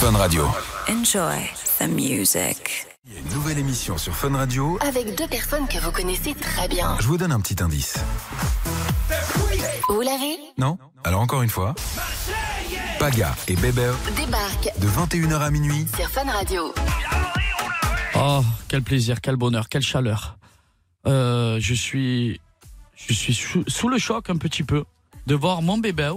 Fun Radio. Enjoy the music. Il y a une nouvelle émission sur Fun Radio. avec deux personnes que vous connaissez très bien. Je vous donne un petit indice. Vous l'avez Non Alors encore une fois. Paga et Bébert Débarque de 21h à minuit. sur Fun Radio. Oh, quel plaisir, quel bonheur, quelle chaleur. Euh, je suis, je suis sous, sous le choc un petit peu de voir mon bébé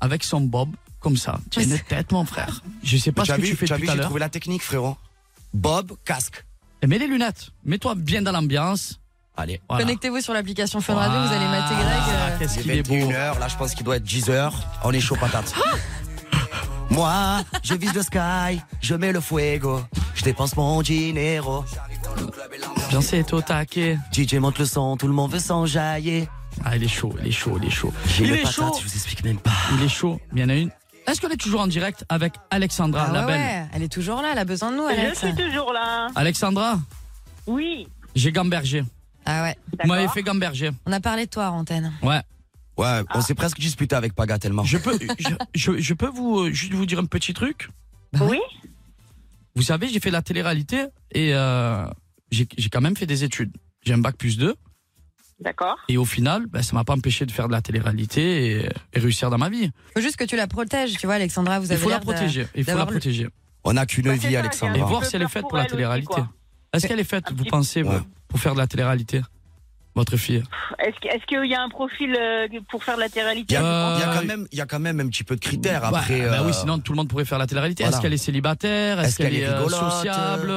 avec son bob comme ça. Tu as une tête, mon frère. Je sais pas Tu ce as que vu, tu fais tu as vu, tout à j'ai l'heure. trouvé la technique, frérot. Bob, casque. Et Mets les lunettes. Mets-toi bien dans l'ambiance. Allez. Voilà. Connectez-vous sur l'application Fun Radio, vous allez mater Ah, Greg. euh, Qu'est-ce Il qu'il est est beau. 21h, là je pense qu'il doit être 10h. On est chaud patate. Moi, je vise le sky, je mets le fuego, je dépense mon dinero. Bien c'est au taquet. DJ monte le son, tout le monde veut s'enjailler. Ah, il est chaud, il est chaud, il est chaud. J'ai Il le est patate, chaud. je vous explique même pas. Il est chaud. Il y en a une. Est-ce qu'on est toujours en direct avec Alexandra, Ah la ouais, belle ouais, elle est toujours là, elle a besoin de nous. Je Alex. suis toujours là. Alexandra, Oui. j'ai gambergé. Ah ouais, Vous D'accord. m'avez fait gamberger. on a parlé de toi, Antenne. Ouais. Ouais, on s'est presque disputé avec Paga tellement. Ah. Je peux, je, je- je peux vous, euh, juste vous dire un petit truc Bah Oui. Vous savez, j'ai fait la télé-réalité et euh, j'ai j'ai quand même fait des études. J'ai un bac plus 2 D'accord. et au final, ben, ça m'a pas empêché de faire de la télé-réalité et, et réussir dans ma vie. Faut juste que tu la protèges, tu vois, Alexandra, vous avez Il faut la l'air de- protéger. Il faut la d'avoir le- protéger. On n'a qu'une Bah, c'est vie, ça, Et Ah. Alexandra. bien. voir si elle est faite pour la Pour elle aussi, télé-réalité. quoi. Est-ce qu'elle est faite, Un vous petit- pensez, vous, Ouais. pour faire de la télé-réalité Votre fille Est-ce que- est-ce qu'il y a un profil euh, pour faire de la Il télé-réalité y, a, il y a Euh, quand même, il y a quand même un petit peu de critères Bah, après. bah euh, oui, sinon tout le monde pourrait faire la télé-réalité. voilà. Est-ce qu'elle est célibataire Est-ce qu'elle est, euh, rigolote sociable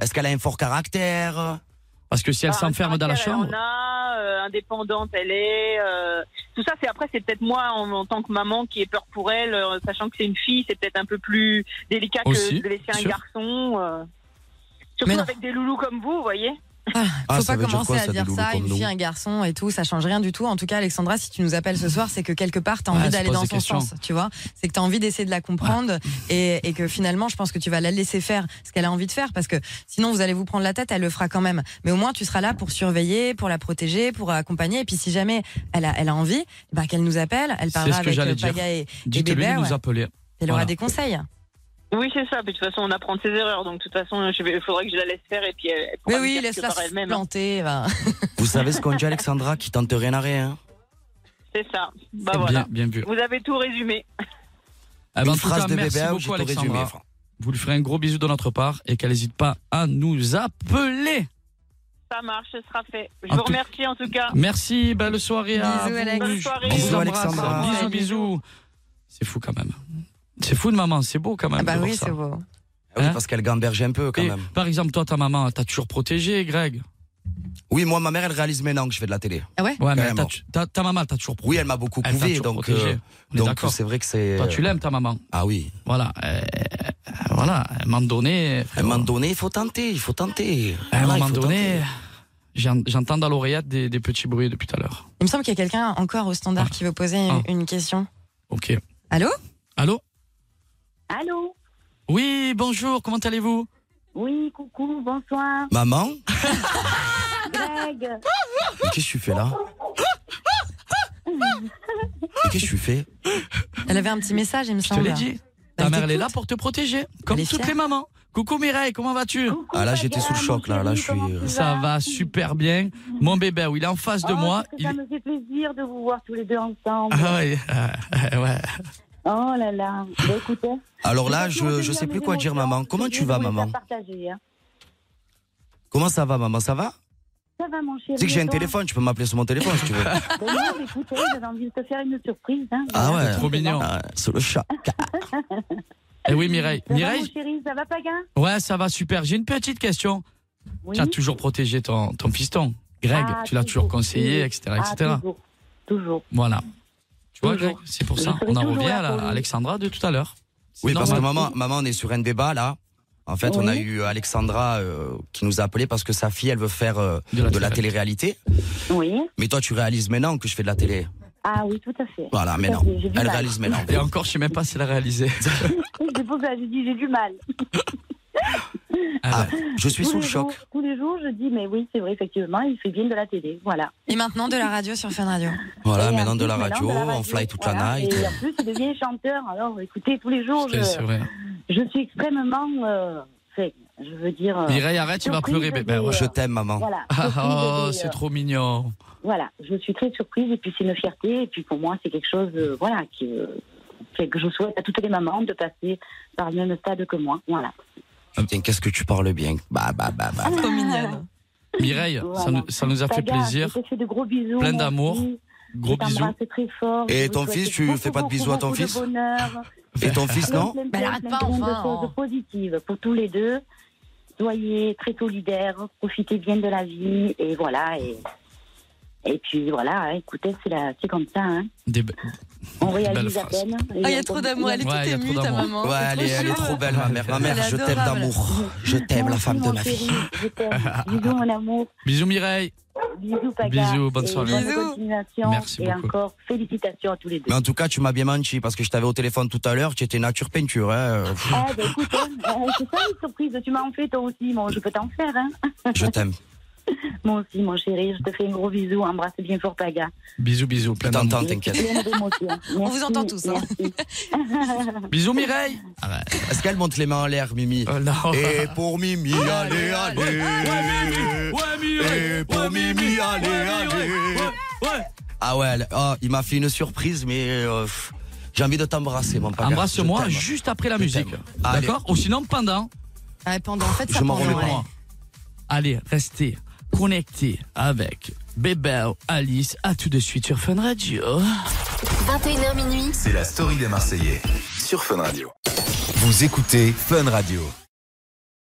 Est-ce qu'elle a un fort caractère Parce que si elle Ah, s'enferme dans la caractère, chambre, elle en a, euh, indépendante, elle est. euh, tout ça, c'est après, c'est peut-être moi en, en tant que maman qui ai peur pour elle, euh, sachant que c'est une fille, c'est peut-être un peu plus délicat Aussi, que de laisser un sûr. garçon. euh, surtout Mais non. avec des loulous comme vous, vous voyez. Ah, Faut ça pas veut dire commencer quoi, à ça, des dire loulous ça, comme une nous fille, un garçon et tout, ça change rien du tout. En tout cas, Alexandra, si tu nous appelles ce soir, c'est que quelque part, t'as envie Ouais, elle se d'aller pose dans des son questions. sens, tu vois. C'est que t'as envie d'essayer de la comprendre et, et que finalement, je pense que tu vas la laisser faire ce qu'elle a envie de faire parce que sinon, vous allez vous prendre la tête, elle le fera quand même. Mais au moins, tu seras là pour surveiller, pour la protéger, pour accompagner. Et puis, si jamais elle a, elle a envie, bah, qu'elle nous appelle, elle C'est parlera ce que avec j'allais euh, dire. Paga et dites-lui bébés, de nous ouais. appeler. elle Voilà. aura des conseils. Oui, c'est ça. Puis de toute façon, on apprend de ses erreurs. Donc, de toute façon, je vais- il faudrait que je la laisse faire et puis elle, elle Mais pourra me oui, dire que laisse-la par se elle-même. hein. planter. bah. Vous savez ce qu'on dit, Alexandra, qui tente rien à rien. C'est ça. Bah Eh Bien- voilà. bien vu. Vous avez tout résumé. Eh ben, en Une tout phrase cas, de merci bébé, beaucoup, j'ai tout Alexandra. résumé. frère. Vous lui ferez un gros bisou de notre part et qu'elle n'hésite pas à nous appeler. Ça marche, ce sera fait. Je En vous tout- remercie en tout cas. Merci, belle soirée à Bisous, vous. Alex. Bonne Je soirée. vous Bisous, embrasse. Alexandra. Bisous, bisous. C'est fou quand même. C'est fou de maman, c'est beau quand même. Ah bah de voir oui, ça. c'est beau. Ah Oui, Hein parce qu'elle gamberge un peu quand Et même. Par exemple, toi, ta maman, t'as toujours protégé, Greg. Oui, moi, ma mère, elle réalise maintenant que je fais de la télé. Ah ouais Ouais, mais Carrément. t'as tu- t'as- ta maman, t'as toujours Oui, protégé. elle m'a beaucoup Elle t'a couvé, toujours donc protégé. euh, On est donc d'accord. c'est vrai que c'est. Toi, tu l'aimes, ta maman. Ah oui. Voilà. euh, euh, voilà, à un moment donné. À un frérot, moment donné, il faut tenter, il faut tenter. à un Voilà, il moment faut donné, tenter. j'en- j'entends dans l'oreillette des, des petits bruits depuis tout à l'heure. Il me semble qu'il y a quelqu'un encore au standard qui veut poser une- Ah. une question. Ok. Allô Allô Allô Oui, bonjour, comment allez-vous Oui, coucou, bonsoir. Maman, Greg, mais qu'est-ce que tu fais là Mais qu'est-ce que tu fais Elle avait un petit message, il me Je te semble. l'ai dit. Bah, Ta je mère, elle est t'écoute. là pour te protéger, comme Elle est toutes fière. les mamans. Coucou Mireille, comment vas-tu coucou. Ah, là, j'étais sous le Fabien, choc, là, mon là, chéri, je suis- euh, comment tu Ça vas va super bien. Mon bébé, oui, il est en face de Oh, moi. qu'est-ce que Il... Ça me fait plaisir de vous voir tous les deux ensemble. Ah ouais, euh, ouais. Oh là là. Bah, écoutez, Alors là, j'ai vraiment je, je sais bien plus mes quoi dire, émotions, maman. Comment je tu vais vas, vous les maman faire partager, hein. Comment ça va, maman Ça va Ça va, mon chéri. Tu sais que j'ai et un toi téléphone, tu peux m'appeler sur mon téléphone si tu veux. Ben non, mais écoutez, j'avais envie de te faire une surprise. hein. Ah Voilà. ouais trop mignon. Ah, C'est le chat. Eh oui, Mireille. Ça va, mon Mireille, chéri, ça va, Paga ouais, ça va super. J'ai une petite question. Oui. Tu as toujours protégé ton, ton fiston, Greg. Ah, tu l'as toujours toujours. conseillé, Oui. etc. Ah, etc. toujours. Toujours. Voilà. Tu vois, Toujours. Greg, c'est pour Je ça. serai On en toujours revient là à, la- pour lui. à Alexandra de tout à l'heure. C'est Oui, parce que normal. maman, maman, on est sur un débat là. En fait, on a Oui. eu Alexandra euh, qui nous a appelé parce que sa fille, elle veut faire euh, De la de la télé. télé-réalité. Oui. Mais toi, tu réalises maintenant que je fais de la télé. Ah oui, tout à fait. Voilà, Tout à maintenant. fait, j'ai du Elle mal. réalise maintenant. Et encore, je sais même pas si elle a réalisé. C'est pour ça que j'ai dit j'ai du mal. Ah, je suis sous les le choc. jours- tous les jours, je dis, mais oui, c'est vrai, effectivement, il fait bien de la télé. Voilà. Et maintenant de la radio sur Fun Radio. Voilà, Et maintenant en de plus, la radio, de la on fly toute voilà. la night. Et en plus, il devient chanteur. Alors, écoutez, tous les jours, C'est c'est ah, je, vrai. je suis extrêmement. euh, fait, je veux dire. euh, Mireille, arrête, il va surprise pleurer, de- bébé. ouais. Je t'aime, maman. Voilà. Ah, surprise oh, de- c'est trop mignon. Voilà, je suis très surprise et puis c'est une fierté. Et puis pour moi, c'est quelque chose euh, voilà, qui, euh, fait que je souhaite à toutes les mamans de passer par le même stade que moi. Voilà. Putain, qu'est-ce que tu parles bien. Bah, bah, bah, bah. Ah, Trop mignonne. Mireille, ça, nous, ça nous a fait Ah, Saga, plaisir. Je te fais de gros bisous. Plein mon d'amour. fils. Gros Je t'embrasse bisous. très fort. Et Je vous ton souhaite fils, tu beaucoup, fais pas de beaucoup, bisous à ton beaucoup de fils bonheur. Et ton fils, Plein, non plein, Bah, plein, arrête plein, pas, plein enfin, de on- choses positives pour tous les deux. Soyez très solidaires, profitez bien de la vie et voilà. Et, et puis voilà, hein, écoutez, c'est la- c'est comme ça. Hein. Des be- On Belle réalise à phrase. peine. et Ah, il y on- a trop d'amour, elle est Ouais, toute il y a trop émue, ta d'amour. maman. Ouais, C'est elle est, trop elle est chou. trop belle, ma mère. Ma mère, Elle est je t'aime adorable. d'amour. Je t'aime, la Merci, femme de mon ma vie. chéri, Je t'aime. Bisous, mon amour. Bisous, Mireille. Bisous, Paga. Bisous, bonne Et soirée. Bisous. continuation. Merci et beaucoup. encore, félicitations à tous les deux. Mais en tout cas, tu m'as bien menti parce que je t'avais au téléphone tout à l'heure. Tu étais nature peinture. hein. Pff, Ah, bah, écoute, hein, euh, c'est ça une surprise. Tu m'as en fait, toi aussi. Bon, je peux t'en faire. Hein. Je t'aime. Moi aussi, mon chéri. Je te fais un gros bisou. Embrasse bien fort, Paga. Bisous, bisous. Plein Je d'amour. t'entends, t'inquiète. Plein d'émotions. On vous Merci, entend tous, hein. merci. Bisous, Mireille. Est-ce qu'elle monte les mains en l'air, Mimi Euh, non. Et pour Mimi, Oh, allez, allez. Ouais, Mireille. Et pour Mimi, allez, allez. Ouais. Ah ouais, elle- ah, il m'a fait une surprise, mais euh, pff, j'ai envie de t'embrasser, mon père. Embrasse-moi juste après la Je musique. t'aime. Allez. D'accord Ou sinon, pendant. Ouais, pendant, en fait, ça Je m'en pendant. remets pas. ouais. Allez, restez connectés avec Bébé, Alice. À tout de suite sur Fun Radio. 21h minuit. C'est la story des Marseillais sur Fun Radio. Vous écoutez Fun Radio.